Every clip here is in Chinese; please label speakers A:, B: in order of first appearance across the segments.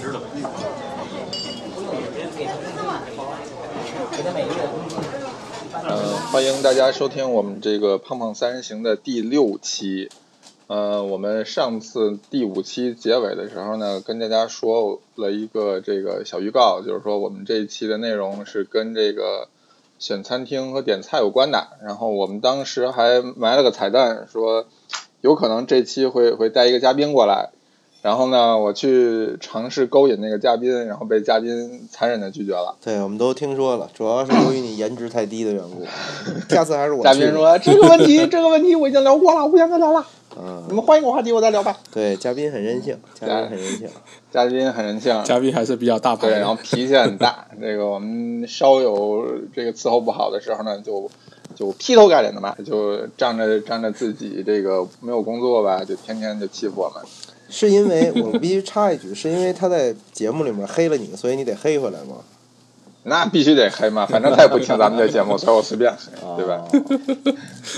A: 知道。
B: 呃，欢迎大家收听我们这个《胖胖三人行》的第六期。呃，我们上次第五期结尾的时候呢，跟大家说了一个这个小预告，就是说我们这一期的内容是跟这个选餐厅和点菜有关的。然后我们当时还埋了个彩蛋，说有可能这期会会带一个嘉宾过来。然后呢，我去尝试勾引那个嘉宾，然后被嘉宾残忍的拒绝了。
C: 对，我们都听说了，主要是由于你颜值太低的缘 故。下次还是我
B: 嘉
C: 去
B: 宾说：“这个问题，这个问题我已经聊过了，我不想再聊了。你
C: 嗯，
B: 们换一个话题，我再聊吧。
C: 对，嘉宾很任性，嘉宾很任性。”
B: 嘉宾很任性，
D: 嘉宾还是比较大牌
B: 对，然后
D: 的，
B: 脾气很大。这个我们稍有这个伺候不好的时候呢，就就劈头盖脸的骂，就仗着仗着自己这个没有工作吧，就天天就欺负我们。
C: 是因为我必须插一句，是因为他在节目里面黑了你，所以你得黑回来吗？
B: 那必须得黑嘛，反正他也不听咱们这节目，所以我随便黑，对吧？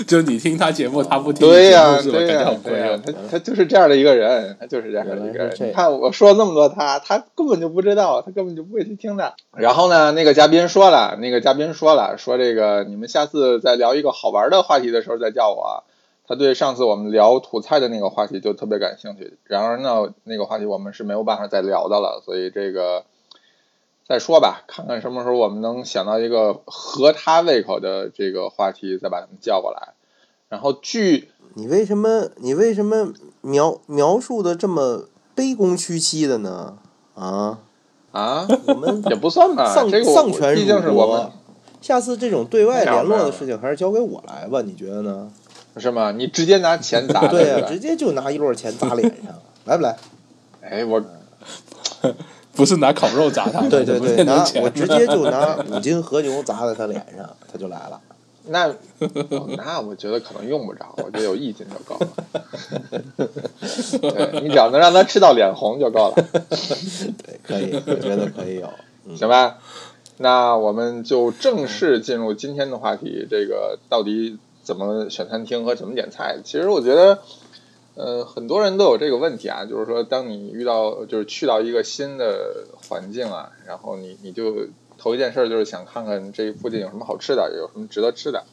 D: 就是你听他节目，他不听你
B: 对
D: 节
B: 呀、
D: 目，是吧？
B: 对
D: 感
B: 呀、
D: 觉很亏
B: 对呀、
D: 啊。
B: 他他就是这样的一个人，他就是这样的一个
C: 原来
B: 人
C: 是这。样
B: 你看我说了那么多他，他根本就不知道，他根本就不会去听的。然后呢，那个嘉宾说了，那个嘉宾说了，说这个你们下次再聊一个好玩的话题的时候再叫我啊。他对上次我们聊土菜的那个话题就特别感兴趣，然而呢，那个话题我们是没有办法再聊的了，所以这个再说吧，看看什么时候我们能想到一个合他胃口的这个话题，再把他们叫过来。然后据
C: 你为什么你为什么描描述的这么卑躬屈膝的呢？啊，
B: 啊，
C: 我 们
B: 也不算吧，
C: 丧
B: 啊这个我
C: 丧权
B: 毕竟是
C: 辱
B: 我们
C: 国。下次这种对外
B: 没有
C: 联络
B: 没有
C: 的事情，还是交给我来吧，你觉得呢？
B: 是吗？你直接拿 钱砸
C: 对呀、
B: 呀、
C: 直接就拿一摞钱砸脸 上，来不来？
B: 哎，我
D: 不是拿烤肉砸他们，
C: 对对对，
D: 不
C: 拿
D: 能
C: 我
D: 钱。
C: 直 接就拿五斤和牛砸在他脸上，他就来了。
B: 那、哦那我觉得可能用不着，我觉得有一斤就够了。 对你只要能让他吃到脸红就够了，
C: 对，可以，我觉得可以有。
B: 行吧？那我们就正式进入今天的话题，这个到底怎么选餐厅和怎么点菜？其实我觉得。呃，很多人都有这个问题啊，就是说，当你遇到就是去到一个新的环境啊，然后你你就头一件事儿就是想看看这附近有什么好吃的，有什么值得吃的。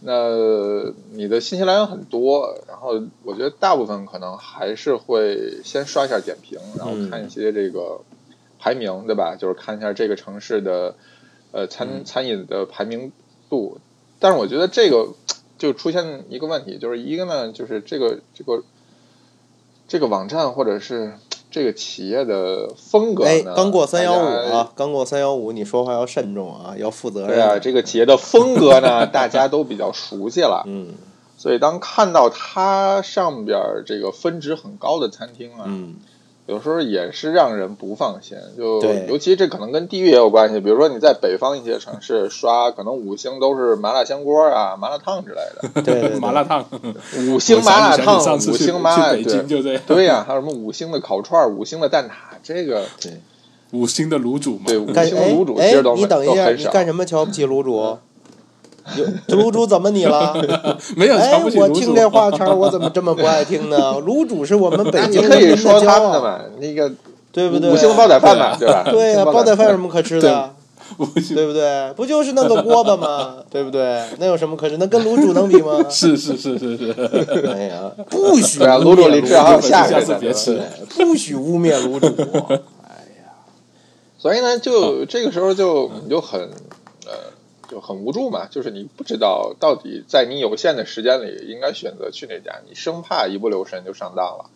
B: 那你的信息来源很多，然后我觉得大部分可能还是会先刷一下点评，然后看一些这个排名，对吧？就是看一下这个城市的呃餐餐饮的排名度。但是我觉得这个就出现一个问题，就是一个呢，就是这个这个这个网站或者是这个企业的风格呢，
C: 哎，刚过三幺五
B: 大家
C: 啊，刚过三幺五，你说话要慎重啊，要负责
B: 对啊，
C: 任。
B: 这个企业的风格呢，大家都比较熟悉了，
C: 嗯
B: 所以当看到它上边儿这个分值很高的餐厅啊，
C: 嗯，
B: 有时候也是让人不放心。就
C: 对
B: 尤其这可能跟地域也有关系，比如说你在北方一些城市刷，可能五星都是麻辣香锅啊、麻辣烫之类的，
C: 对对对
D: 麻辣烫，
B: 五星麻辣烫
D: 我想起上次
B: 五
D: 去
B: 星麻辣
D: 去北京就这样，
B: 对呀、还有什么五星的烤串儿、五星的蛋挞，这个
C: 对。
D: 五星的卤煮嘛
B: 对，五
C: 干
B: 星卤煮其
C: 哎
B: 实
C: 哎
B: 都，
C: 你等
B: 都
C: 一下，
B: 很
C: 你
B: 少。
C: 干什么瞧不起卤煮？有卤煮怎么你 了？
D: 没有
C: 哎
D: 瞧不，起
C: 我
D: 卤
C: 听
D: 煮。
C: 这话茬儿，我怎么这么不爱听呢？卤煮是我们北
B: 那你
C: 京
B: 可以
C: 人民
B: 说
C: 的骄
B: 他们的
C: 傲，
B: 嘛，那个
C: 啊对不对？
B: 五星 煲仔饭嘛，对吧？
C: 对呀、
B: 五星
C: 煲仔饭有
B: 饭
C: 什么可吃的？
D: 五星
C: 对不对？不就是弄个锅巴吗？对不对？那有什么可吃？那跟卤煮能比吗？
D: 是是是是是，
C: 哎呀，不许污
B: 对啊，卤煮里至少还有
D: 下
B: 个
D: 次
B: 呢。
D: 别吃。
C: 对不许污蔑卤煮。
B: 所以呢，就这个时候就你就很呃就很无助嘛，就是你不知道到底在你有限的时间里应该选择去哪家，你生怕一不留神就上当了。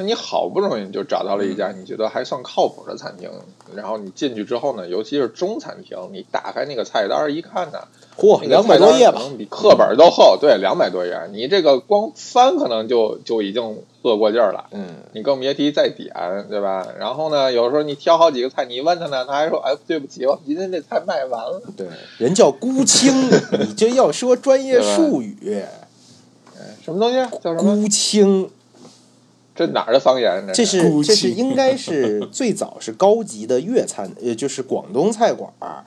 B: 那你好不容易就找到了一家
C: 嗯
B: 你觉得还算靠谱的餐厅，然后你进去之后呢，尤其是中餐厅，你打开那个菜单儿一看呢，
C: 嚯，
B: 那个
C: 哦 两百
B: 菜
C: 多
B: 单
C: 页
B: 可
C: 吧？
B: 能比课本儿都厚，对，两百多页，你这个光翻可能就就已经饿过劲儿了。
C: 嗯，
B: 你更别提再点，对吧？然后呢，有时候你挑好几个菜，你一问他呢，他还说：“哎，对不起，我们今天这菜卖完了。
C: 对，人叫孤清，你这要说专业术语，”
B: 什么东西？啊叫什么？
C: 孤清，
B: 这哪儿的方言？
C: 这是
D: 孤
C: 这
D: 清
C: 是应该是最早是高级的粤餐，呃，就是广东菜馆儿，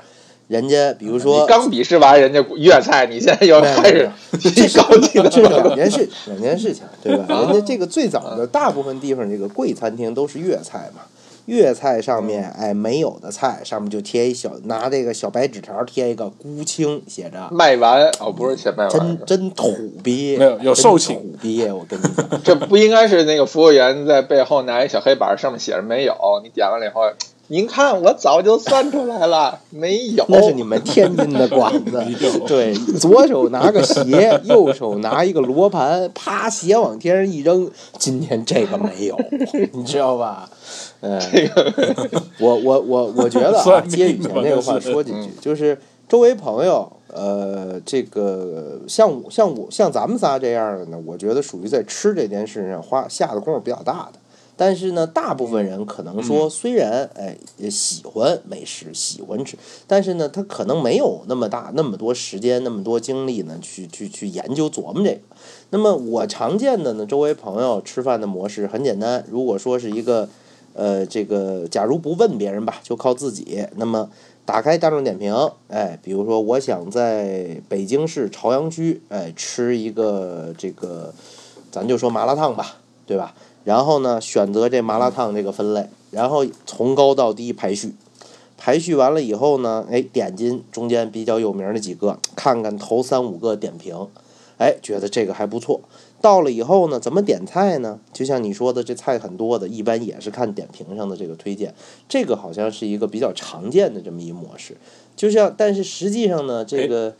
C: 人家比如说
B: 你刚鄙视完人家粤菜，你现在又开
C: 没有没
B: 始
C: 有
B: 提高级的
C: 这是两
B: 了。
C: 件事，两
D: 啊
C: 件事情，对吧？人家这个最早的大部分地方，这个贵餐厅都是粤菜嘛，粤菜上面
D: 嗯
C: 哎没有的菜上面就贴一小拿这个小白纸条贴一个孤清写着，
B: 卖完哦，不是写卖完，
C: 真真土鳖，
D: 嗯没有有
C: 真
D: 售罄
C: 土鳖，我跟你讲。
B: 这不应该是那个服务员在背后拿一小黑板，上面写着没有，你点完了以后，您看我早就算出来了，没有。
C: 那是你们天津的 馆子
D: 有，
C: 对，左手拿个鞋，右手拿一个罗盘，啪，鞋往天上一扔，今天这个没有，你知道吧？嗯， 我我我我觉得啊，
D: 算命的
C: 接以前那个话
D: 这是
C: 说几句，就是周围朋友，呃，这个像我像我像咱们仨这样的呢，我觉得属于在吃这件事上花下的功夫比较大的。但是呢，大部分人可能说，虽然哎也喜欢美食，喜欢吃，但是呢，他可能没有那么大那么多时间，那么多精力呢，去去去研究琢磨这个。那么我常见的呢，周围朋友吃饭的模式很简单，如果说是一个呃，这个假如不问别人吧，就靠自己。那么打开大众点评，哎，比如说我想在北京市朝阳区，哎，吃一个这个，咱就说麻辣烫吧，对吧？然后呢，选择这麻辣烫这个分类，然后从高到低排序。排序完了以后呢，哎，点进中间比较有名的几个，看看头三五个点评，哎，觉得这个还不错。到了以后呢，怎么点菜呢？就像你说的，这菜很多的，一般也是看点评上的这个推荐，这个好像是一个比较常见的这么一模式。就像，但是实际上呢，这个、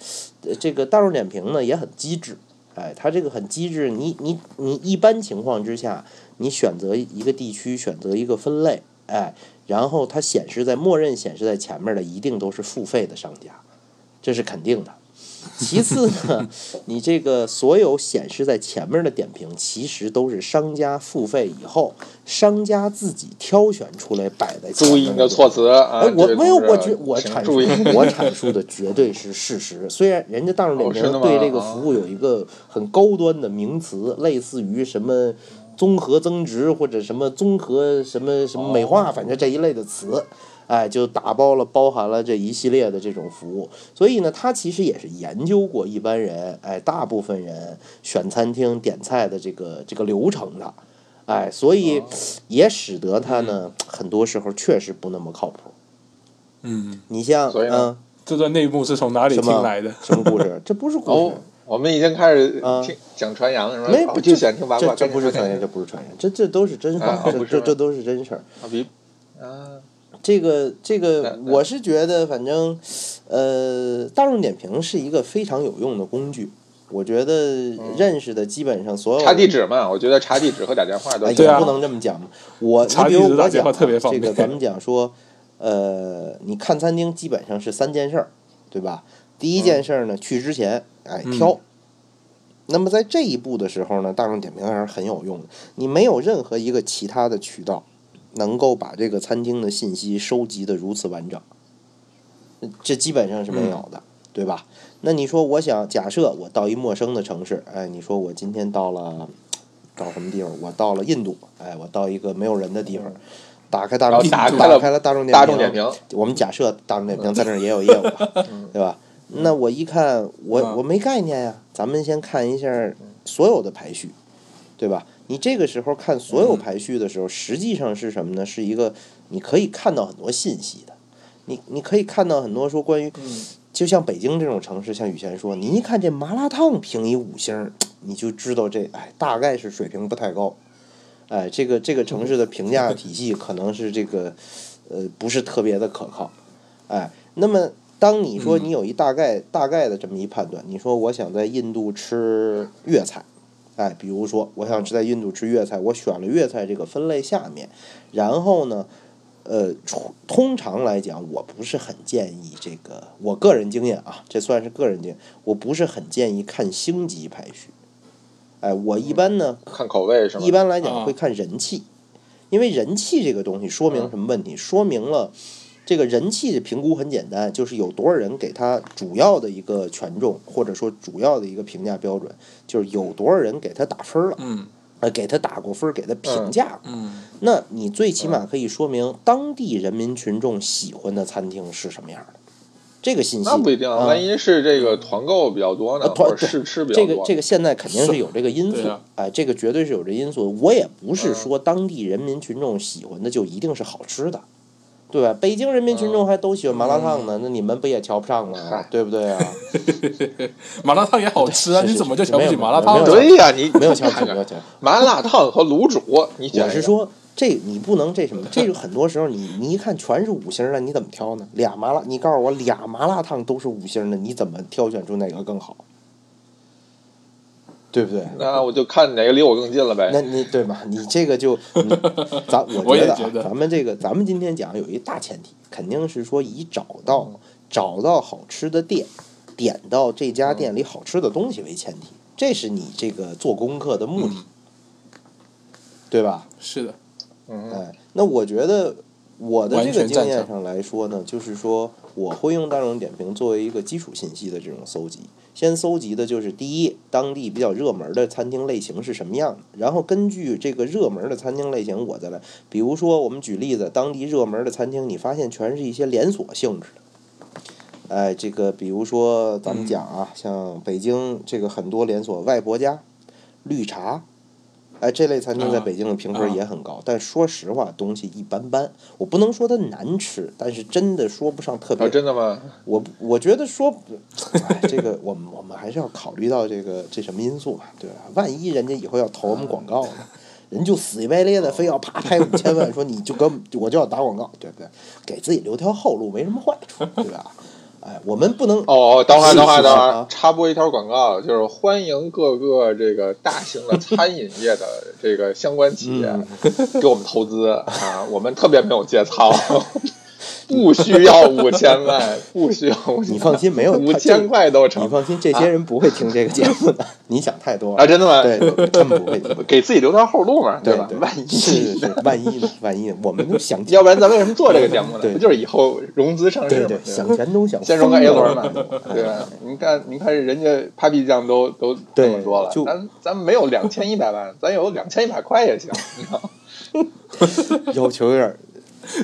C: 呃这个大众点评呢也很机智，哎，它这个很机智。你你你一般情况之下，你选择一个地区，选择一个分类，哎，然后它显示在默认显示在前面的一定都是付费的商家，这是肯定的。其次呢， 你这个所有显示在前面的点评，其实都是商家付费以后，商家自己挑选出来摆在前
B: 注
C: 面
B: 意
C: 的
B: 你的措辞啊！
C: 哎，我
B: 这位
C: 没有，
B: 同志
C: 我觉我
B: 请
C: 阐述
B: 注意
C: 我阐述的绝对是事实。虽然人家大众点
B: 哦是的
C: 评
B: 吗
C: 对这个服务有一个很高端的名词，类似于什么综合增值或者什么综合什么什么美
B: 哦
C: 化，反正这一类的词。哎，就打包了，包含了这一系列的这种服务，所以呢，它其实也是研究过一般人，哎，大部分人选餐厅点菜的这个这个流程的，哎，所
B: 哦
C: 以也使得它呢，
B: 嗯
C: 很多时候确实不那么靠谱。
D: 嗯，
C: 你像
B: 所以
C: 嗯
B: 呢
D: 这段内幕是从哪里
C: 什
D: 听
C: 么
D: 来的？
C: 什么故事？这不是故
B: 哦
C: 事，，
B: 我们已经开始
C: 啊
B: 听讲传扬了，
C: 没
B: 是吧？
C: 不
B: 我就喜欢听八
C: 这
B: 卦，
C: 这
B: 赶紧
C: 不是
B: 说
C: 传言，这不是传言，这这都是真
B: 啊
C: 话，这
B: 不是
C: 这
B: 吗
C: 这都是真事儿。
B: 啊比啊，
C: 这个这
B: 那
C: 个，
B: 那
C: 我是觉得反正，呃，大众点评是一个非常有用的工具。我觉得
B: 哦
C: 认识的基本上所有
B: 查地址嘛，我觉得查地址和打电话都
C: 哎，
D: 对
C: 也
D: 啊
C: 不能这么讲。我你
D: 查
C: 比
D: 地址
C: 如
D: 打
C: 我
D: 电
C: 讲
D: 话特别方
C: 这个，
D: 便
C: 咱们讲说，呃，你看餐厅基本上是三件事儿，对吧？第一件事儿呢，去之前哎
D: 嗯
C: 挑。那么在这一步的时候呢，大众点评还是很有用的。你没有任何一个其他的渠道能够把这个餐厅的信息收集的如此完整，这基本上是没有的，对吧？那你说，我想假设我到一陌生的城市，哎，你说我今天到了到什么地方？我到了印度，哎，我到一个没有人的地方，打开大
B: 然
C: 众
B: 后打
D: 印度
B: 开
C: 打
B: 了
C: 开了大众点
B: 大众点评，
C: 我们假设大众点评在那儿也有业务吧，对吧？那我一看，我
D: 嗯
C: 我没概念呀、咱们先看一下所有的排序，对吧？你这个时候看所有排序的时候，实际上是什么呢？是一个你可以看到很多信息的，你你可以看到很多说关于，就像北京这种城市，像雨贤说，你一看这麻辣烫评以五星儿，你就知道这哎大概是水平不太高，哎，这个这个城市的评价体系可能是这个呃不是特别的可靠，哎，那么当你说你有一大概、大概的这么一判断，你说我想在印度吃粤菜，哎，比如说我想是在印度吃粤菜，我选了粤菜这个分类下面，然后呢，呃，出通常来讲，我不是很建议这个，我个人经验啊，这算是个人经验，我不是很建议看星级排序，哎，我一般呢
B: 看口味是吗？
C: 一般来讲
D: 啊
C: 会看人气，因为人气这个东西说明
B: 嗯
C: 什么问题？说明了这个人气的评估很简单，就是有多少人给他主要的一个权重，或者说主要的一个评价标准，就是有多少人给他打分了，
D: 嗯
C: 呃，给他打过分，给他评价过。
D: 嗯
C: 那你最起码可以说明当地人民群众喜欢的餐厅是什么样的。这个信息
B: 那不一定，
C: 啊
B: 万一是这个团购比较多呢，
C: 呃团
B: 或者试吃比较
C: 这
B: 多
C: 个
B: 呢，
C: 这个现在肯定是有这个因素
D: 对啊，
C: 哎，这个绝对是有这因素。我也不
B: 嗯
C: 是说当地人民群众喜欢的就一定是好吃的，对吧？北京人民群众还都喜欢麻辣烫呢，那你们不也瞧不上吗
B: 嗯嗨？
C: 对不对啊？
D: 麻辣烫也好吃啊，
C: 是是
D: 你怎么就瞧不
C: 没
D: 起
C: 有
D: 麻辣烫啊
C: 没
D: 呢？
C: 有
B: 对呀、你
C: 没有瞧不 起，
B: 看
C: 没
B: 看
C: 有瞧不起。
B: 麻辣烫和卤煮，你选
C: 我
B: 一
C: 是
B: 个，
C: 说，这你不能这什么，这个很多时候你你一看全是五星的，你怎么挑呢？俩麻辣，你告诉我俩麻辣烫都是五星的，你怎么挑选出哪个更好？对不对？
B: 那我就看哪个离我更近了呗。
C: 那你对吧？你这个 就，你咱我
D: 我也
C: 觉得,、啊、
D: 觉得
C: 咱们这个，咱们今天讲有一大前提，肯定是说以找到找到好吃的店，点到这
D: 嗯
C: 家店里好吃的东西为前提，这是你这个做功课的目的，
D: 嗯
C: 对吧？
D: 是的，
B: 嗯，
C: 哎，那我觉得我的这
D: 完
C: 个
D: 全
C: 经
D: 赞
C: 验
D: 成
C: 上来说呢，就是说我会用大众点评作为一个基础信息的这种搜集。先搜集的就是第一，当地比较热门的餐厅类型是什么样的，然后根据这个热门的餐厅类型，我再来，比如说我们举例子，当地热门的餐厅，你发现全是一些连锁性质的。哎，这个比如说咱们讲啊，像北京这个很多连锁外婆家、绿茶，哎，这类餐厅在
D: 啊
C: 北京的评分
D: 啊
C: 也很高，但说实话，东西一般般。我不能说它难吃，但是真的说不上特别。
B: 啊，真的吗？
C: 我不我觉得说，哎，这个我们我们还是要考虑到这个这什么因素啊，对吧？万一人家以后要投我们广告
B: 啊
C: 呢，人就死乞白赖的，非要啪拍五千万，说你就跟我就要打广告，对不对？给自己留条后路没什么坏处，对吧？哎，我们不能
B: 哦，哦，等会儿，
C: 是
B: 等会儿，
C: 是
B: 等会
C: 啊
B: 儿，插播一条广告，就是欢迎各个这个大型的餐饮业的这个相关企业
C: 嗯
B: 给我们投资啊，我们特别没有 节操，不需要五千万，不需要五
C: 你
B: 千，
C: 放心，没有
B: 五
C: 他
B: 千块都成
C: 你放心，这些人不会听这个节目
B: 哦
C: 的。你想太多
B: 啊，
C: 了，
B: 真的吗？
C: 对，对他们不会听。
B: 给自己留条后路嘛，
C: 对
B: 吧？
C: 对，
B: 万 一
C: 是是是，万一呢？万一呢？我们都想
B: 要不然咱为什么做这个节目呢？
C: 对
B: 不就是以后融资上市
C: 对
B: 嘛？
C: 对，
B: 吧
C: 想钱都想
B: 先融个 A
C: 疯
B: 轮
C: 了
B: 嘛，对吧？您看，您看人家 Papi 酱都都这
C: 对
B: 么多了
C: 就，
B: 咱咱没有两千一百万， 咱有两千一百块也行。你知道吗
C: 要求有点儿，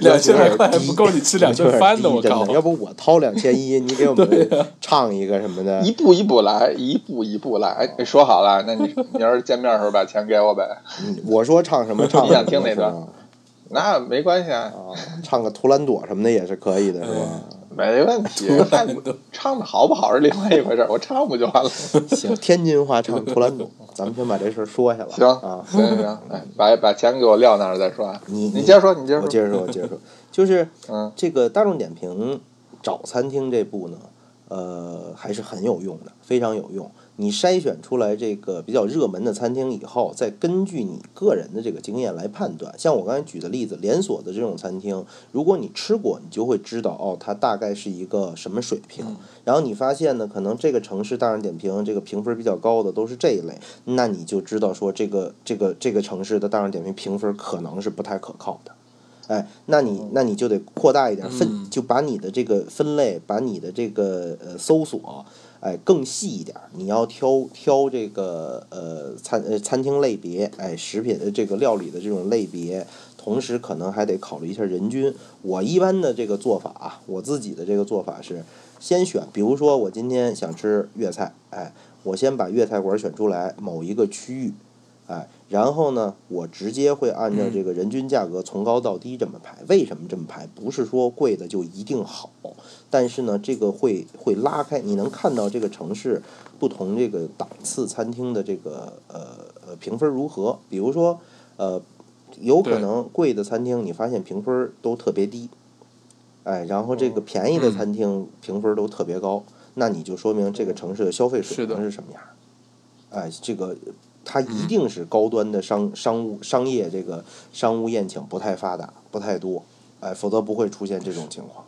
D: 两千
C: 要求有点
D: 来块
C: 儿
D: 还不够你吃两顿饭呢，
C: 有
D: 我
C: 点儿低
D: 靠
C: 真！的要不我掏两千一，你给我们 唱一个什么的
B: 一？步一步来，一步一步来。哎，说好了，那 你明儿见面的时候把钱给我呗。
C: 嗯我说唱什么唱
B: 你
C: 什么
B: 想听哪
C: 是
B: 段
C: 吧？
B: 那没关系啊，
C: 啊，唱个《图兰朵》什么的也是可以的，是吧？
B: 没 问题。看唱的好不好是另外一回事儿，我唱不就 完了？行
C: 行，天津话唱《图兰朵》，咱们先把这事儿说下了。啊，
B: 行行，哎，把把钱给我撂那儿再说啊。
C: 你
B: 你接着说，你接着
C: 我
B: 说。
C: 接着说，我接着说，就是
B: 嗯
C: 这个大众点评找餐厅这步呢，呃，还是很有用的，非常有用。你筛选出来这个比较热门的餐厅以后，再根据你个人的这个经验来判断。像我刚才举的例子，连锁的这种餐厅，如果你吃过，你就会知道哦，它大概是一个什么水平。然后你发现呢，可能这个城市大众点评这个评分比较高的都是这一类，那你就知道说这个这个这个城市的大众点评评分可能是不太可靠的。哎，那你那你就得扩大一点分，
D: 嗯
C: 就把你的这个分类，把你的这个呃搜索，哎更细一点儿。你要挑挑这个呃餐呃餐厅类别，哎食品呃这个料理的这种类别，同时可能还得考虑一下人均。我一般的这个做法啊，我自己的这个做法是，先选，比如说我今天想吃粤菜，哎，我先把粤菜馆选出来某一个区域，哎，然后呢，我直接会按照这个人均价格从高到低这么排。为什么这么排？不是说贵的就一定好，但是呢，这个会会拉开，你能看到这个城市不同这个档次餐厅的这个呃呃评分如何。比如说，呃，有可
D: 对
C: 能贵的餐厅你发现评分都特别低，哎，然后这个便宜的
D: 嗯
C: 餐厅评分都特别高，那你就说明这个城市的消费水
D: 是的嗯
C: 平是什么样儿。哎，这个它一定是高端的商商务商业这个商务宴请不太发达，不太多，哎，否则不会出现这种情况。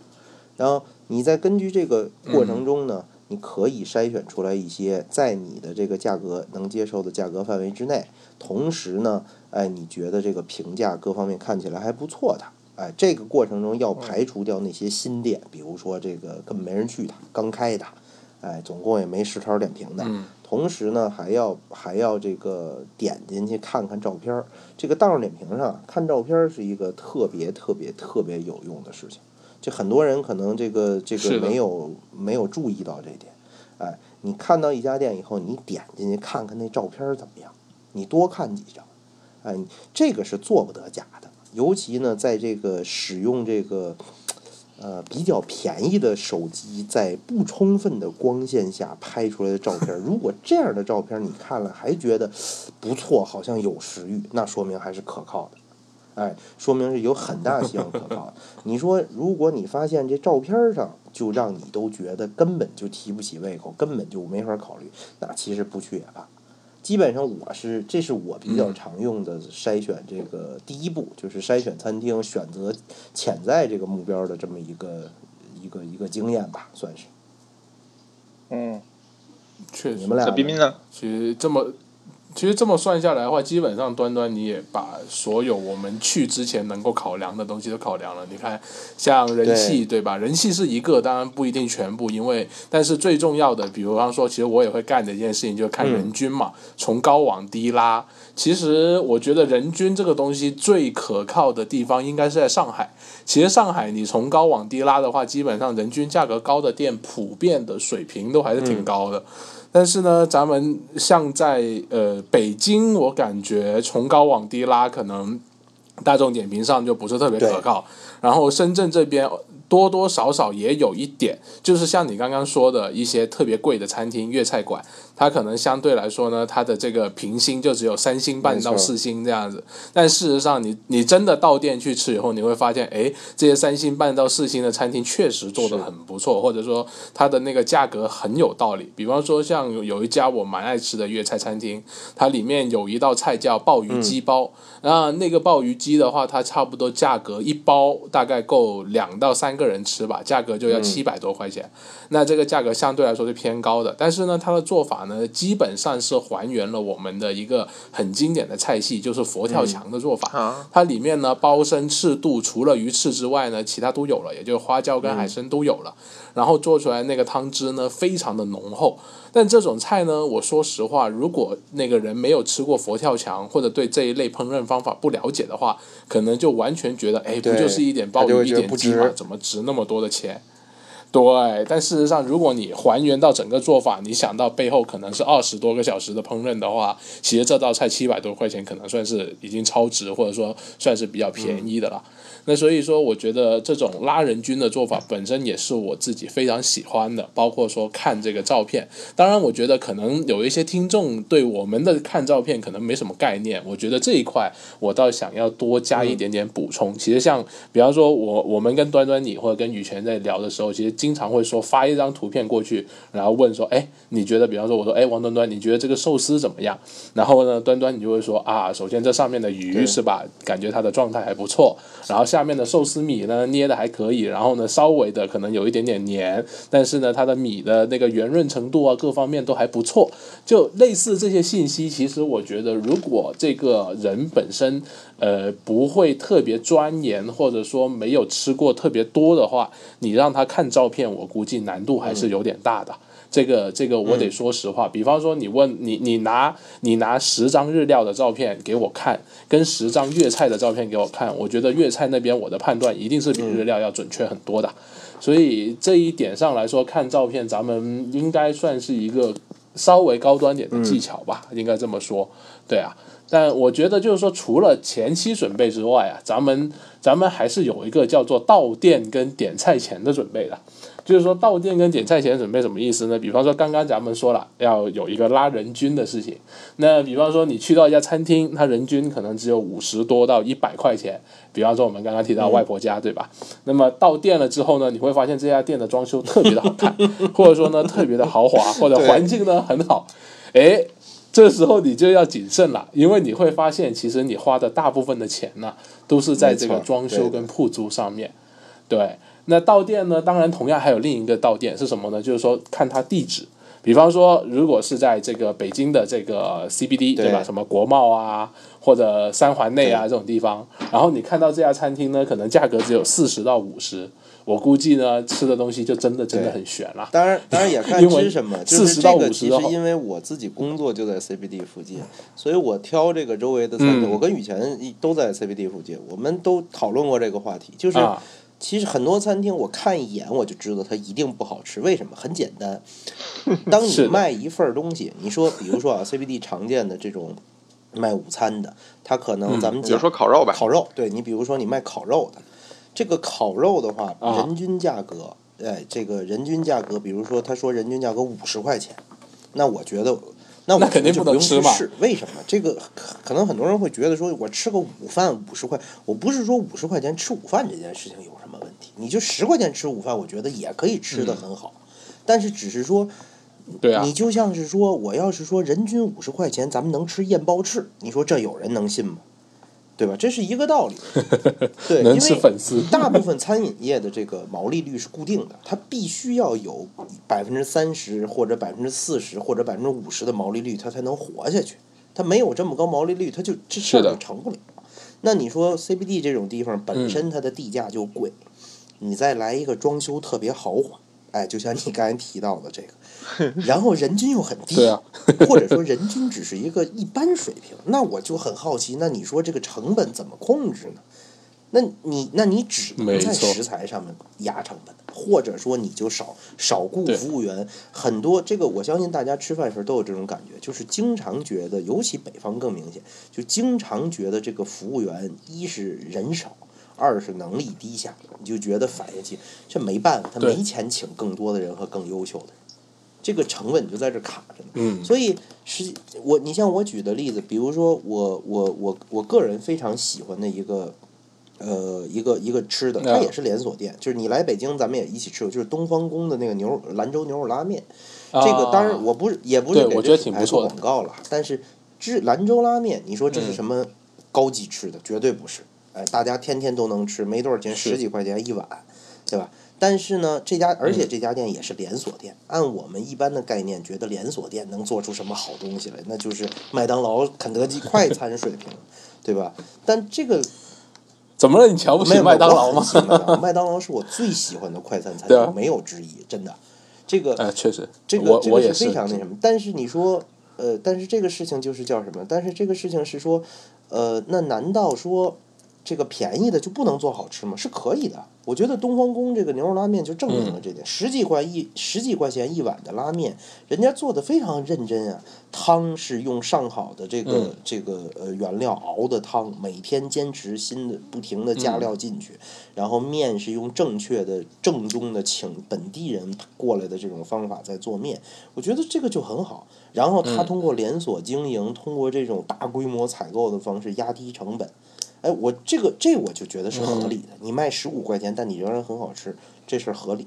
C: 然后你再根据这个过
D: 嗯
C: 程中呢，你可以筛选出来一些在你的这个价格能接受的价格范围之内，同时呢，哎，你觉得这个评价各方面看起来还不错的。哎，这个过程中要排除掉那些新店，比如说这个根本没人去的、刚开的，哎，总共也没十条点评的，
D: 嗯，
C: 同时呢，还要还要这个点进去看看照片儿。这个大众点评上看照片儿是一个特别特别特别有用的事情。这很多人可能这个这
D: 是
C: 个
D: 的
C: 没有没有注意到这一点。哎，你看到一家店以后，你点进去看看那照片儿怎么样，你多看几张，哎，你这个是做不得假的。尤其呢，在这个使用这个呃比较便宜的手机，在不充分的光线下拍出来的照片儿，如果这样的照片儿你看了还觉得不错，好像有食欲，那说明还是可靠的。哎，说明是有很大希望可靠的。你说，如果你发现这照片儿上就让你都觉得根本就提不起胃口，根本就没法考虑，那其实不去也罢。基本上我是，这是我比较常用的筛选这个第一步，就是筛选餐厅，选择潜在这个目标的这么一个一个一个经验吧，算是。
B: 嗯，
D: 确
C: 你
D: 实
C: 们。俩
B: 小
C: 呢
B: 彬彬呢？
D: 其实这么，其实这么算下来的话，基本上端端你也把所有我们去之前能够考量的东西都考量了。你看，像人气对吧？人气是一个，当然不一定全部，因为但是最重要的，比如方说，其实我也会干的一件事情，就是看人均嘛，从高往低拉。其实我觉得人均这个东西最可靠的地方应该是在上海。其实上海你从高往低拉的话，基本上人均价格高的店普遍的水平都还是挺高的。但是呢，咱们像在呃北京，我感觉从高往低拉，可能大众点评上就不是特别可靠。然后深圳这边多多少少也有一点，就是像你刚刚说的一些特别贵的餐厅、粤菜馆，它可能相对来说呢，它的这个评星就只有三星半到
C: 没错
D: 四星这样子。但事实上你，你真的到店去吃以后，你会发现，哎，这些三星半到四星的餐厅确实做的
C: 是
D: 很不错，或者说它的那个价格很有道理。比方说，像有有一家我蛮爱吃的粤菜餐厅，它里面有一道菜叫鲍鱼鸡包。那那个鲍鱼鸡的话，它差不多价格一包大概够两到三个人吃吧，价格就要七百多块钱。那这个价格相对来说是偏高的，但是呢，它的做法呢，基本上是还原了我们的一个很经典的菜系，就是佛跳墙的做法。
B: 啊，
D: 它里面呢，包身赤肚除了鱼翅之外呢，其他都有了，也就是花椒跟海参都有了。然后做出来那个汤汁呢，非常的浓厚。但这种菜呢，我说实话，如果那个人没有吃过佛跳墙，或者对这一类烹饪方法不了解的话，可能就完全觉得，哎，不
C: 对
D: 就是一点鲍
C: 他就
D: 鱼
C: 会
D: 一
C: 觉得
D: 点
C: 不
D: 鸡
C: 值
D: 嘛，怎么值那么多的钱？对，但事实上，如果你还原到整个做法，你想到背后可能是二十多个小时的烹饪的话，其实这道菜七百多块钱可能算是已经超值，或者说算是比较便宜的了。那所以说，我觉得这种拉人均的做法本身也是我自己非常喜欢的，包括说看这个照片。当然，我觉得可能有一些听众对我们的看照片可能没什么概念，我觉得这一块我倒想要多加一点点补充。其实像比方说我我们跟端端你或者跟羽泉在聊的时候，其实经常会说发一张图片过去，然后问说，哎，你觉得？比方说我说，哎，王端端，你觉得这个寿司怎么样？然后呢，端端你就会说啊，首先这上面的鱼
C: 对
D: 是吧，感觉它的状态还不错，然后下面的寿司米呢捏的还可以，然后呢稍微的可能有一点点黏，但是呢它的米的那个圆润程度啊各方面都还不错，就类似这些信息，其实我觉得如果这个人本身呃不会特别钻研，或者说没有吃过特别多的话，你让他看照片，我估计难度还是有点大的。这个这个我得说实话，比方说你问你你拿你拿十张日料的照片给我看，跟十张粤菜的照片给我看，我觉得粤菜那边我的判断一定是比日料要准确很多的。所以这一点上来说，看照片咱们应该算是一个稍微高端点的技巧吧，应该这么说，对啊。但我觉得就是说，除了前期准备之外啊，咱们咱们还是有一个叫做到店跟点菜前的准备的。就是说到店跟点菜前准备什么意思呢？比方说刚刚咱们说了要有一个拉人均的事情，那比方说你去到一家餐厅，它人均可能只有五十多到一百块钱。比方说我们刚刚提到外婆家，对吧？那么到店了之后呢，你会发现这家店的装修特别的好看， 或者说呢特别的豪华，或者
B: 对
D: 环境呢很好，诶，这时候你就要谨慎了，因为你会发现，其实你花的大部分的钱呢，都是在这个
C: 没错
D: 装
C: 对
D: 修
C: 的
D: 跟铺租上面。对，那到店呢，当然同样还有另一个到店是什么呢？就是说看它地址。比方说，如果是在这个北京的这个 CBD
C: 对
D: 对吧？什么国贸啊，或者三环内啊
C: 对
D: 这种地方，然后你看到这家餐厅呢，可能价格只有四十到五十，我估计呢吃的东西就真的真的
C: 对
D: 很悬了。
C: 当然，当然 也看
D: 因为
C: 吃什么。就
D: 40
C: 是
D: 到
C: 这个，
D: 50
C: 其
D: 的
C: 实
D: 话
C: 因为我自己工作就在 CBD 附近，所以我挑这个周围的餐厅。
D: 嗯
C: 我跟雨前一都在 CBD 附近，我们都讨论过这个话题，就是
D: 啊，
C: 其实很多餐厅我看一眼我就知道它一定不好吃，为什么？很简 单，当
D: 是
C: 你
D: 的
C: 卖一份儿东西，你说比如说啊，CBD 常见的这种卖午餐的，它可
D: 嗯
C: 能咱们
B: 比如
C: 讲
B: 说烤肉吧，
C: 烤肉，对你比如说你卖烤肉的，这个烤肉的话，
D: 啊
C: 人均价格，哎，这个人均价格，比如说他说人均价格五十块钱，那我觉得。那我
D: 那肯定
C: 就
D: 不能
C: 用
D: 吃
C: 去
D: 嘛
C: 试为什么？这个可可能很多人会觉得说，我吃个午饭五十块，我不是说五十块钱吃午饭这件事情有什么问题，你就十块钱吃午饭，我觉得也可以吃
D: 嗯
C: 的很好。但是只是说，
D: 对啊
C: 你，就像是说，我要是说人均五十块钱，咱们能吃燕包翅，你说这有人能信吗？对吧？这是一个道 理。对，
D: 能
C: 因
D: 吃
C: 为
D: 粉丝，
C: 大部分餐饮业的这个毛利率是固定的，它必须要有百分之三十或者百分之四十或者百分之五十的毛利率，它才能活下去。它没有这么高毛利率，它就这事儿
D: 是的嗯
C: 就成不了。那你说 CBD 这种地方本身它的地价就贵，你再来一个装修特别豪华，哎，就像你刚才提到的这个，然后人均又很低，
D: 对啊，
C: 或者说人均只是一个一般水平，那我就很好奇，那你说这个成本怎么控制呢？那你那你只能
D: 没
C: 在
D: 错
C: 食材上面压成本，或者说你就少少雇
D: 对
C: 服务员，很多这个我相信大家吃饭时候都有这种感觉，就是经常觉得，尤其北方更明显，就经常觉得这个服务员一是人少，二是能力低下，你就觉得反下去，这没办法，他
D: 对
C: 没钱请更多的人和更优秀的人，这个成本就在这儿卡着呢。
D: 嗯，
C: 所以实际我你像我举的例子，比如说我我我我个人非常喜欢的一个呃一个一个吃的，它
D: 嗯
C: 也是连锁店，就是你来北京咱们也一起吃过，就是东方宫的那个牛肉兰州牛肉拉面。
D: 啊
C: 这个当然我不是也不是
D: 对
C: 给
D: 我
C: 这
D: 觉
C: 品
D: 得挺
C: 牌
D: 不
C: 做
D: 错的
C: 广告了，但是这兰州拉面，你说这是
D: 嗯
C: 什么高级吃的？绝对不是，哎，大家天天都能吃，没多少钱，
D: 是
C: 十几块钱一碗，对吧？但是呢，这家而且
D: 嗯
C: 这家店也是连锁店，按我们一般的概念，觉得连锁店能做出什么好东西来？那就是麦当劳、肯德基快餐水平，对吧？但这个
D: 怎么了？你瞧 不
C: 没
D: 起
C: 有
D: 麦当劳？
C: 我
D: 吗
C: 很？喜欢麦当劳麦当劳是我最喜欢的快餐餐
D: 对啊
C: 厅，没有之一，真的。这个
D: 呃，确实，
C: 这个
D: 我
C: 这
D: 我
C: 个
D: 也
C: 非常那什么。但是你说，呃，但是这个事情就是叫什么？但是这个事情是说，呃，那难道说这个便宜的就不能做好吃吗？是可以的。我觉得东方宫这个牛肉拉面就证明
D: 嗯
C: 了这点，十几块一十几块钱一碗的拉面，人家做的非常认真啊。汤是用上好的这个、
D: 嗯
C: 这个呃原料熬的汤，每天坚持新的不停的
D: 嗯
C: 加料进去，然后面是用正确的正宗的请本地人过来的这种方法在做面，我觉得这个就很好。然后他通过连锁经营，通过这种大规模采购的方式压低成本。哎，我这个这我就觉得是合理的。你卖十五块钱，但你仍然很好吃，这事儿合理。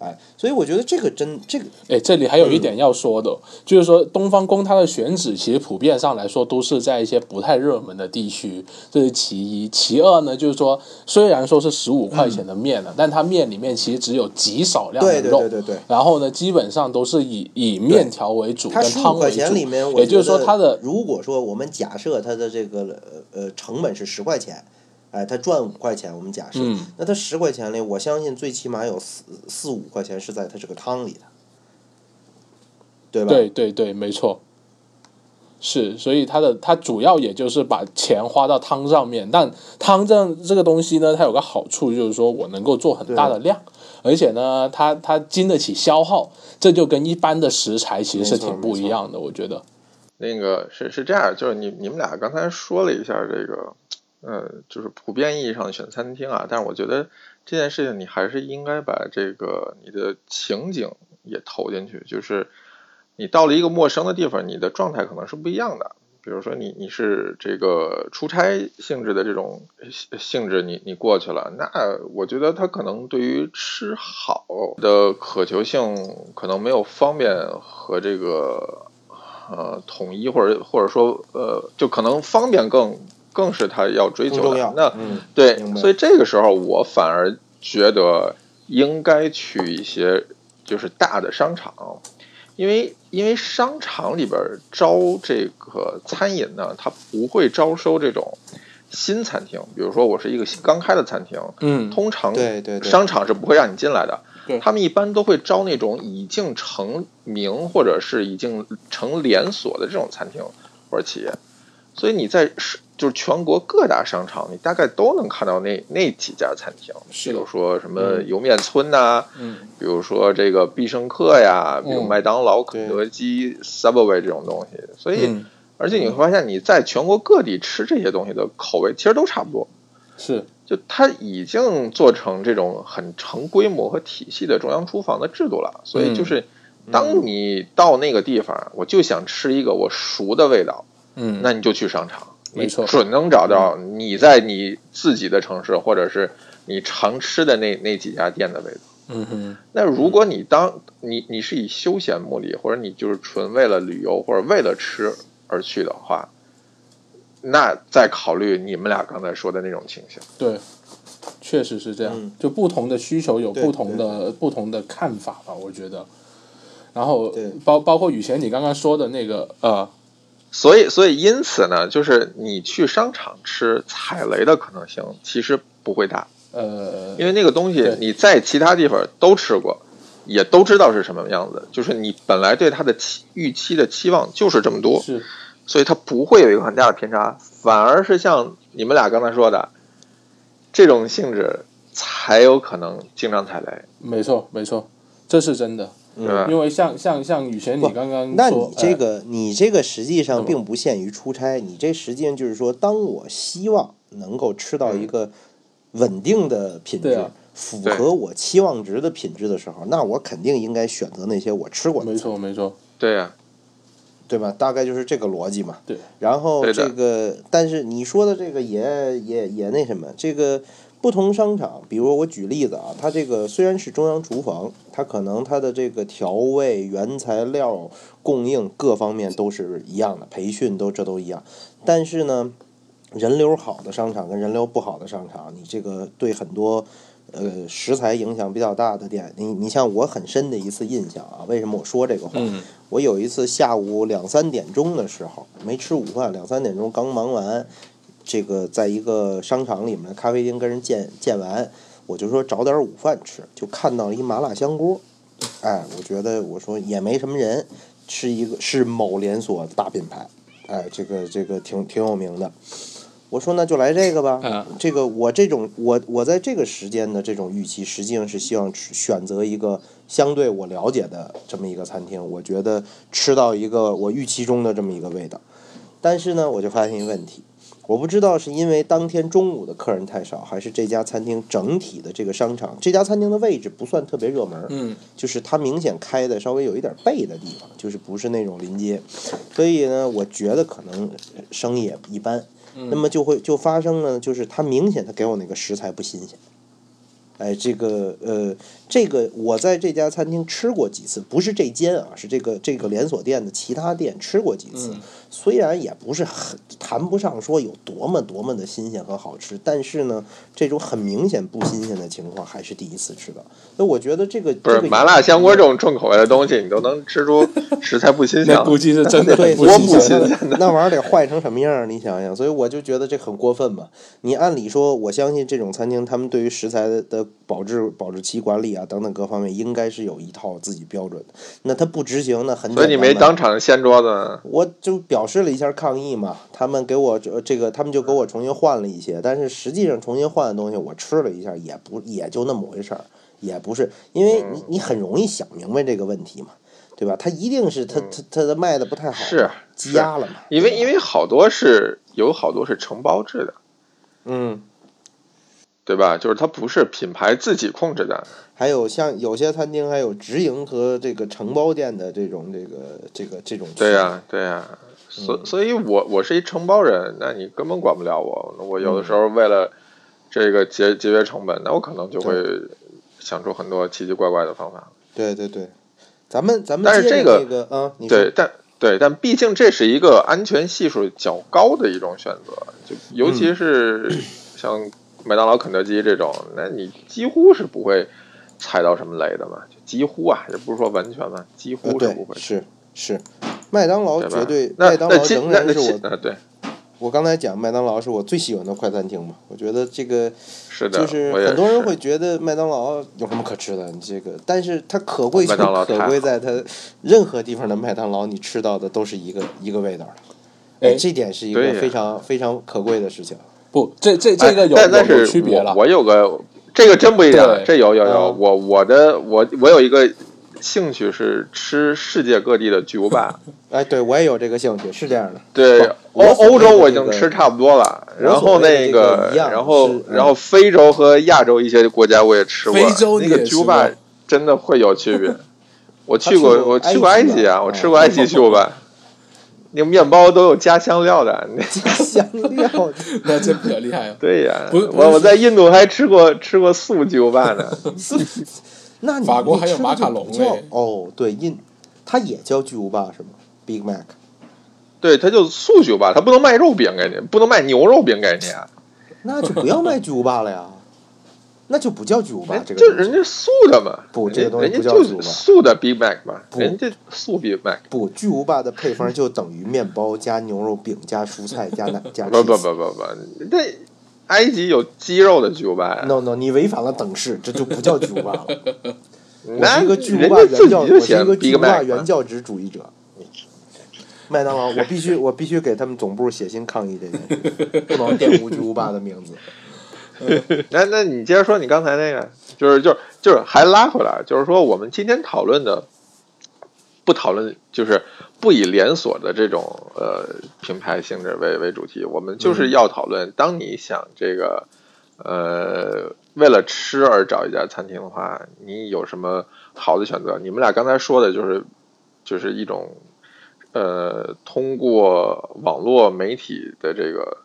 C: 哎，所以我觉得这个真这个
D: 哎，这里还有一
C: 嗯
D: 点要说的哦，就是说东方宫它的选址其实普遍上来说都是在一些不太热门的地区，这是其一。其二呢，就是说虽然说是十五块钱的面呢，但它面里面其实只有极少量的
C: 嗯对
D: 肉。
C: 对对对对。
D: 然后呢，基本上都是以以面条为主，
C: 它
D: 跟
C: 十
D: 汤
C: 五
D: 为
C: 块
D: 主。
C: 钱里面，我
D: 也就是说
C: 觉得
D: 它的
C: 如果说我们假设它的这个呃呃成本是十块钱，哎，它赚五块钱，我们假设，
D: 嗯
C: 那它十块钱里，我相信最起码有四四五块钱是在它这个汤里的，对吧？
D: 对对对，没错，是，所以它的它主要也就是把钱花到汤上面，但汤这样这个东西呢，它有个好处就是说我能够做很大的量，而且呢，它它经得起消耗，这就跟一般的食材其实是
C: 没错
D: 挺不一样的，我觉得。
B: 那个是是这样，就是你你们俩刚才说了一下这个，呃，就是普遍意义上的选餐厅啊，但是我觉得这件事情你还是应该把这个你的情景也投进去，就是你到了一个陌生的地方，你的状态可能是不一样的。比如说你你是这个出差性质的这种性性质你，你过去了，那我觉得他可能对于吃好的渴求性可能没有方便和这个呃统一，或者或者说呃，就可能方便更更是他要追
C: 更
B: 求
C: 重
B: 的
C: 要。。
B: 那
C: 嗯，
B: 对
C: 明，白
B: 所以这个时候我反而觉得应该去一些就是大的商场，因为因为商场里边招这个餐饮呢，它不会招收这种新餐厅。比如说，我是一个刚开的餐厅，
D: 嗯，
B: 通常
C: 对对对，
B: 商场是不会让你进来的
D: 对。
B: 他们一般都会招那种已经成名或者是已经成连锁的这种餐厅或者企业，所以你在是就是全国各大商场，你大概都能看到那那几家餐厅，
D: 是
B: 比
D: 的
B: 如说什么莜面村呐、
D: 嗯，
B: 比如说这个必胜客呀，比如
D: 嗯
B: 麦当劳、
C: 对
B: 肯德基、Subway 这种东西，所以、
D: 嗯
B: 而且你会发现你在全国各地吃这些东西的口味其实都差不多，
D: 是
B: 就它已经做成这种很成规模和体系的中央厨房的制度
D: 嗯
B: 了，所以就是当你到那个地方，我就想吃一个我熟的味道，
D: 嗯
B: 那你就去商场，
D: 没错嗯
B: 你准能找到你在你自己的城市或者是你常吃的那那几家店的味道。
D: 嗯哼
B: 那如果你当你你是以休闲目的，或者你就是纯为了旅游或者为了吃而去的话，那再考虑你们俩刚才说的那种情形。
D: 对，确实是这样。
C: 嗯
D: 就不同的需求有
C: 对
D: 不同的不同的看法吧，我觉得。然后
C: 对
D: 包包括雨贤你刚刚说的那个呃，
B: 所以，所以因此呢，就是你去商场吃踩雷的可能性其实不会大，
D: 呃，
B: 因为那个东西
D: 对
B: 你在其他地方都吃过，也都知道是什么样子，就是你本来对它的期预期的期望就是这么多，
D: 是
B: 所以它不会有一个很大的偏差，反而是像你们俩刚才说的这种性质，才有可能经常踩雷，
D: 没错没错，这是真的。
B: 对吧？
D: 因为像像像雨贤你
C: 不
D: 刚刚说，
C: 那你这
D: 哎嗯
C: 个，你这个实际
D: 那
C: 上
D: 么
C: 并不限于出差，你这实际上就是说，当我希望能够吃到一个稳定的品
D: 嗯对
C: 质
D: 啊，
C: 符
B: 对
C: 合我期望值的品质的时候，那我肯定应该选择那些我吃过的
D: 哎没，错没错，
B: 对呀、
C: 对吧？大概就是这个逻辑嘛。
D: 对。
C: 然后
B: 对的
C: 这个，但是你说的这个也也也那什么，这个不同商场，比如我举例子啊，它这个虽然是中央厨房，它可能它的这个调味、原材料供应各方面都是一样的，培训都这都一样，但是呢，人流好的商场跟人流不好的商场，你这个对很多。呃，食材影响比较大的店，你你像我很深的一次印象啊，为什么我说这个话？
D: 嗯
C: 我有一次下午两三点钟的时候，没吃午饭，两三点钟刚忙完，这个在一个商场里面的咖啡厅跟人见见完，我就说找点午饭吃，就看到了一麻辣香锅，哎，我觉得我说也没什么人，是一个是某连锁大品牌，哎，这个这个挺挺有名的。我说那就来这个吧，
D: 嗯
C: 这个我这种我我在这个时间的这种预期，实际上是希望吃选择一个相对我了解的这么一个餐厅，我觉得吃到一个我预期中的这么一个味道。但是呢，我就发现一个问题，我不知道是因为当天中午的客人太少，还是这家餐厅整体的这个商场，这家餐厅的位置不算特别热门，
D: 嗯
C: 就是它明显开的稍微有一点背的地方，就是不是那种临街，所以呢，我觉得可能生意也一般。那么就会就发生了，就是它明显它给我那个食材不新鲜。哎，这个呃，这个我在这家餐厅吃过几次，不是这间啊，是这个这个连锁店的其他店吃过几次。
D: 嗯
C: 虽然也不是很谈不上说有多么多么的新鲜和好吃，但是呢，这种很明显不新鲜的情况还是第一次吃到。那我觉得这个
B: 不是
C: 这个
B: 麻辣香锅这种重口味的东西，你都能吃出食材不新鲜
D: 那
B: 了
D: 估。计是真的
C: 对，
D: 很
B: 多
D: 新
B: 不
D: 鲜
B: 新
C: 那那玩意儿得坏成什么样儿？你想想，所以我就觉得这很过分嘛。你按理说，我相信这种餐厅，他们对于食材的保质、保质期管理啊等等各方面，应该是有一套自己标准的。那他不执行，那很
B: 所以你
C: 简单
B: 没
C: 嘛
B: 当场掀桌子呢，
C: 我就表示了一下抗议嘛，他们给我这这个，他们就给我重新换了一些，但是实际上重新换的东西，我吃了一下，也不也就那么回事儿，也不是，因
B: 嗯
C: 为你你很容易想明白这个问题嘛，对吧？他一定是他他他的卖的不太好嘛，
B: 嗯是啊
C: 积压了嘛，
B: 因为因
C: 为
B: 为好多是有好多是承包制的，
C: 嗯，
B: 对吧？就是它不是品牌自己控制的，
C: 还有像有些餐厅还有直营和这个承包店的这种这个这个这种区别，
B: 对啊呀、对呀、所所以我，我是一承包人，那你根本管不了我。我有的时候为了这个节节约成本，那我可能就会想出很多奇奇怪怪的方法。
C: 对对对，咱们咱们
B: 但是
C: 接着
B: 这
C: 那
B: 个
C: 个啊，你说
B: 对，但对，但毕竟这是一个安全系数较高的一种选择，就尤
C: 嗯
B: 其是像麦当劳、肯德基这种，那你几乎是不会踩到什么雷的嘛，就几乎啊，也不是说完全嘛，几
C: 呃
B: 乎是
C: 对
B: 不会，
C: 是是，麦当劳
B: 对吧？
C: 绝对，
B: 那
C: 麦当劳
B: 那今
C: 仍
B: 那
C: 然
B: 那
C: 是我
B: 今啊，对，
C: 我刚才讲麦当劳是我最喜欢的快餐厅嘛，我觉得这个
B: 是的，
C: 就是
B: 我也
C: 很多人
B: 是
C: 会觉得麦当劳有什么可吃的，你这个，但是它可贵就
B: 麦当劳
C: 可
B: 太
C: 贵
B: 好
C: 在它任何地方的麦当劳，你吃到的都是一个一个味道的。哎
D: 哎，
C: 这点是一
B: 对
C: 个
B: 呀
C: 非常非常但但是我我对这个有有区别了
D: 不不，这这这个有、
B: 哎但但
D: 有有
B: 是
D: 区别了
B: 我。我有个这个真不一样，
D: 对
B: 这有有有，
D: 嗯
B: 我我的我我有一个兴趣是吃世界各地的巨无霸，
C: 哎，对我也有这个兴趣，是这样的。
B: 对
C: 我
B: 欧
C: 所谓的
B: 欧洲我已
C: 这
B: 经
C: 个
B: 吃差不多了，
C: 我
B: 然后
C: 所谓的
B: 那
C: 这个一样
B: 然后
C: 是嗯
B: 然后非洲和亚洲一些国家我也吃过，
D: 非洲
B: 那
D: 你
B: 个
D: 也
B: 巨
D: 吃
B: 无霸
D: 过
B: 真的会有区 别。我
C: 他
B: 去
C: 去
B: 过
C: 过
B: 我
C: 埃
B: 去过埃
C: 及
B: 及
C: 啊
B: 啊，
C: 嗯
B: 我吃过埃及巨无霸，那个面包都有加香 料的，那
C: 香料，
D: 那这比较厉害哦。
B: 对呀，
D: 不是不
B: 我
D: 是
B: 我在印度还吃过吃过素巨无霸 呢，
C: 那你
D: 法国还有
C: 你吃的
D: 马卡
C: 就
D: 龙哎
C: 不叫
D: 嘞
C: 哦，对，印，它也叫巨无霸是吗？Big Mac。
B: 对，它就素巨无霸，它不能卖肉饼给你，不能卖牛肉饼给你啊，
C: 那就不要卖巨无霸了 呀，那就不叫巨无霸
B: 人
C: 这
B: 哎就
C: 个东
B: 人
C: 西。
B: 家素的嘛，
C: 不
B: 人
C: 这个东西
B: 人
C: 不
B: 家
C: 叫
B: 就
C: 素吧
B: 是素的 Big Mac 嘛，
C: 不
B: 人家素 Big Mac，
C: 不，巨无霸的配方就等于面包加牛肉饼加蔬菜加 奶加
B: 不不
C: cheese
B: 不不不，那埃及有鸡肉的巨无霸呀，
C: No no，你违反了等式，这就不叫巨无霸了。我
B: 那
C: 是一个巨无
B: 人
C: 霸
B: 家
C: 原
B: 自己
C: 教，
B: 就
C: 我是
B: 写
C: 一个
B: Big
C: 巨无霸
B: Mac
C: 原
B: 嘛。
C: 教旨主义 者。麦当劳，我必须我必须给他们总部写信抗议这件事，不能玷污巨无霸的名 字。
B: 那那你接着说你刚才那个，就是就是就是还拉回来，就是说我们今天讨论的，不讨论就是不以连锁的这种呃品牌性质为为主题，我们就是要讨论，当你想这个呃为了吃而找一家餐厅的话，你有什么好的选择？你们俩刚才说的就是就是一种呃通过网络媒体的这个。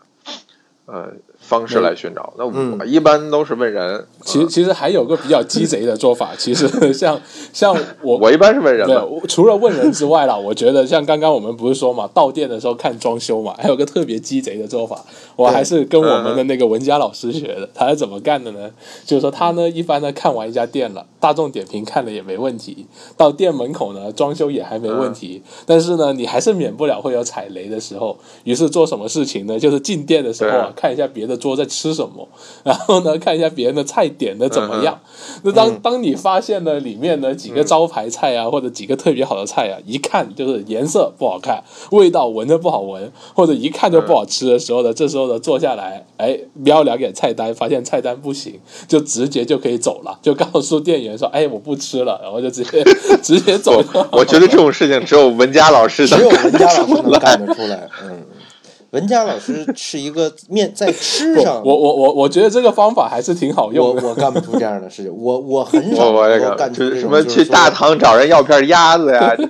B: 呃，方式来寻找。那我一般都是问人，
D: 嗯
B: 呃
D: 其其实还有个比较鸡贼的做法，其实像像 我
B: 我一般是问人
D: 没
B: 的。
D: 有，除了问人之外啦， 我觉得像刚刚我们不是说嘛，到店的时候看装修嘛，还有个特别鸡贼的做法，我还是跟我们的那个文佳老师学的。 他是怎么干的呢？就是说他呢，一般呢看完一家店了，大众点评看了也没问题，到店门口呢装修也还没问题，
B: 嗯
D: 但是呢，你还是免不了会有踩雷的时候。于是做什么事情呢？就是进店的时候啊
B: 对，
D: 看一下别的桌在吃什么，然后呢看一下别人的菜点的怎
B: 嗯
D: 么样。那
C: 嗯
D: 当当你发现了里面呢几个招牌菜啊，或者几个特别好的菜啊，一看就是颜色不好看，味道闻着不好闻，或者一看就不好吃的时候呢，这时候呢坐下来，哎，瞄两眼菜单，发现菜单不行，就直接就可以走了，就告诉店员说，哎，我不吃了，然后就直接 直接走
B: 我
D: 了。
B: 我觉得这种事情只有文佳老师
C: 只有
B: 能
C: 文
B: 干
C: 佳老
B: 得
C: 师
B: 出
C: 能
B: 来。
C: 干得出 来。嗯，文佳老师是一个面在吃
D: 不
C: 上，
D: 我我我我觉得这个方法还是挺好
C: 我
D: 用的。
C: 我干不出这样的事情，我我 很少
B: 我我也
C: 能够
B: 干
C: 干
B: 不
C: 出这
B: 出，
C: 种
B: 就什么
C: 就是
B: 去
C: 说
B: 大堂找人要片鸭子 呀，
C: 对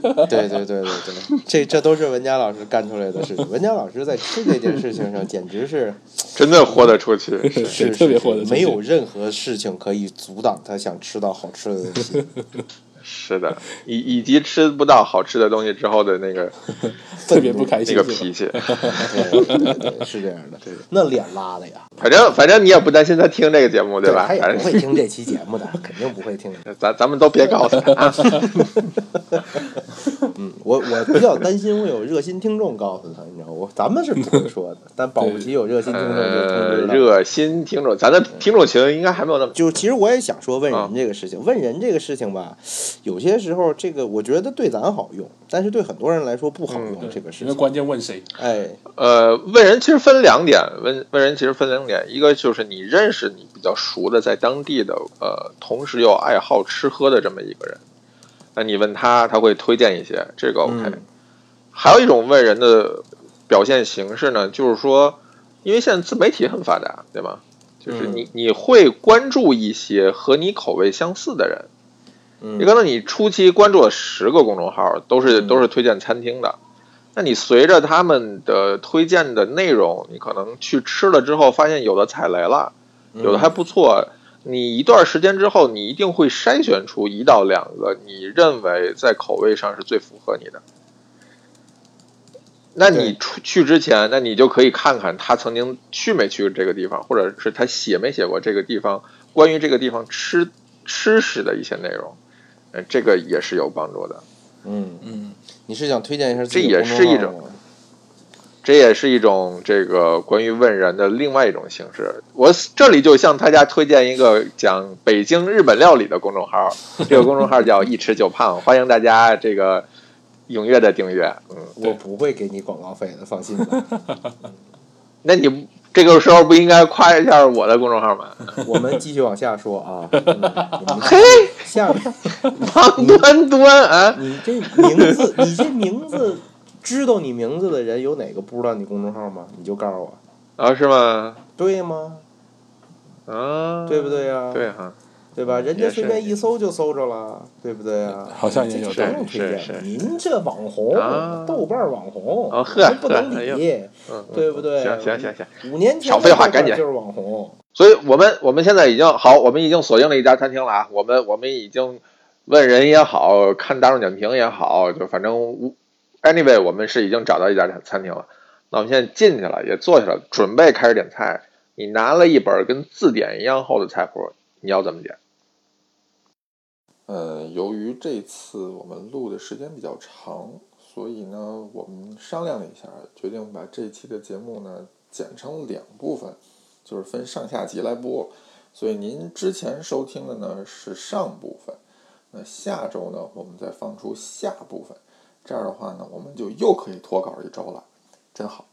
C: 对对对对，这这都是文佳老师干出来的事情。文佳老师在吃这件事情上，简直是
B: 真的豁得出去。
D: 对
C: 是
D: 特别
C: 是
D: 活得
C: 是
D: 出去
C: 没有任何事情可以阻挡他想吃到好吃的东西。
B: 是的，以以及吃不到好吃的东西之后的那 个
D: 特别不开
B: 那
D: 心，
B: 个
D: 是吧
B: 脾气，
C: 对对对，是这样的。那脸拉的呀，
B: 反正反正你也不担心他听这个节目
C: 对
B: 吧
C: 他？也
B: 反
C: 不会
B: 正
C: 听这期节目的，肯定不会听。
B: 咱咱们都 别告诉他啊。
C: 嗯，我我比较担心会有热心听众告诉他，你知道吗我咱们是不会说的，但保不齐有热心听众就
B: 呃
C: 通知，了。
B: 热心听众，咱的听众群应该还没有那么
C: 就其实我也想说问
B: 啊
C: 人这个事情，问人这个事情吧，有些时候这个我觉得对咱好用，但是对很多人来说不好用这个事
D: 因为
C: 情。
D: 关键问谁？
C: 哎，
B: 呃，问人其实分两点，问问人其实分两点，一个就是你认识你比较熟的，在当地的呃，同时又爱好吃喝的这么一个人，那你问他，他会推荐一些，这个 OK。
C: 嗯
B: 还有一种问人的表现形式呢，就是说，因为现在自媒体很发达，对吗？就是你你会关注一些和你口味相似的人，
C: 嗯
B: 你可能你初期关注了十个公众号，都是
C: 嗯
B: 都是推荐餐厅的。那你随着他们的推荐的内容，你可能去吃了之后，发现有的踩雷了，有的
C: 嗯
B: 还不错。你一段时间之后，你一定会筛选出一到两个你认为在口味上是最符合你的。那你出去之前，那你就可以看看他曾经去没去过这个地方，或者是他写没写过这个地方关于这个地方吃吃食的一些内容，呃，这个也是有帮助的。
C: 嗯，
D: 嗯，
C: 你是想推荐一下自
B: 这
C: 己
B: 也
C: 的公众
B: 是一
C: 号
B: 种
C: 吗
B: 这也是一种这个关于问人的另外一种形式。我这里就向大家推荐一个讲北京日本料理的公众号，这个公众号叫“一吃就胖”，欢迎大家这个踊跃的订阅。嗯，
C: 我不会给你广告费的，放心吧。
B: 那你这个时候不应该夸一下我的公众 号吗？
C: 我们继续往下说啊， 嗯我们
B: 嘿，
C: 下面
B: 王端端啊，
C: 你这名字，你这名字，知道你名字的人有哪个不知道你公众号吗？你就告诉我，
B: 啊是吗？
C: 对吗？
B: 啊，
C: 对不对呀、
B: 对哈，
C: 对吧？人家
B: 也是
C: 随便一搜就搜着了，对不对啊？
D: 好像也有
C: 这
B: 对
C: 不用推
B: 是是
C: 荐，您这网红
B: 啊，
C: 豆瓣网红
B: 哦，呵
C: 您不能
B: 呵哎呦
C: 理，
B: 嗯，嗯
C: 对不对？啊
B: 行行行行，
C: 五年前
B: 少废话
C: 的豆瓣
B: 赶紧
C: 就是网红，
B: 所以我们我们现在已经好，我们已经锁定了一家餐厅了啊，我们我们已经问人也好看大众点评也好，就反正无 anyway 我们是已经找到一家餐厅了。那我们现在进去了，也坐下了，准备开始点菜。你拿了一本跟字典一样厚的菜谱，你要怎么点？
A: 呃，由于这次我们录的时间比较长，所以呢，我们商量了一下，决定把这期的节目呢剪成两部分，就是分上下集来播。所以您之前收听的呢是上部分，那下周呢我们再放出下部分，这样的话呢，我们就又可以脱稿一周了，真好。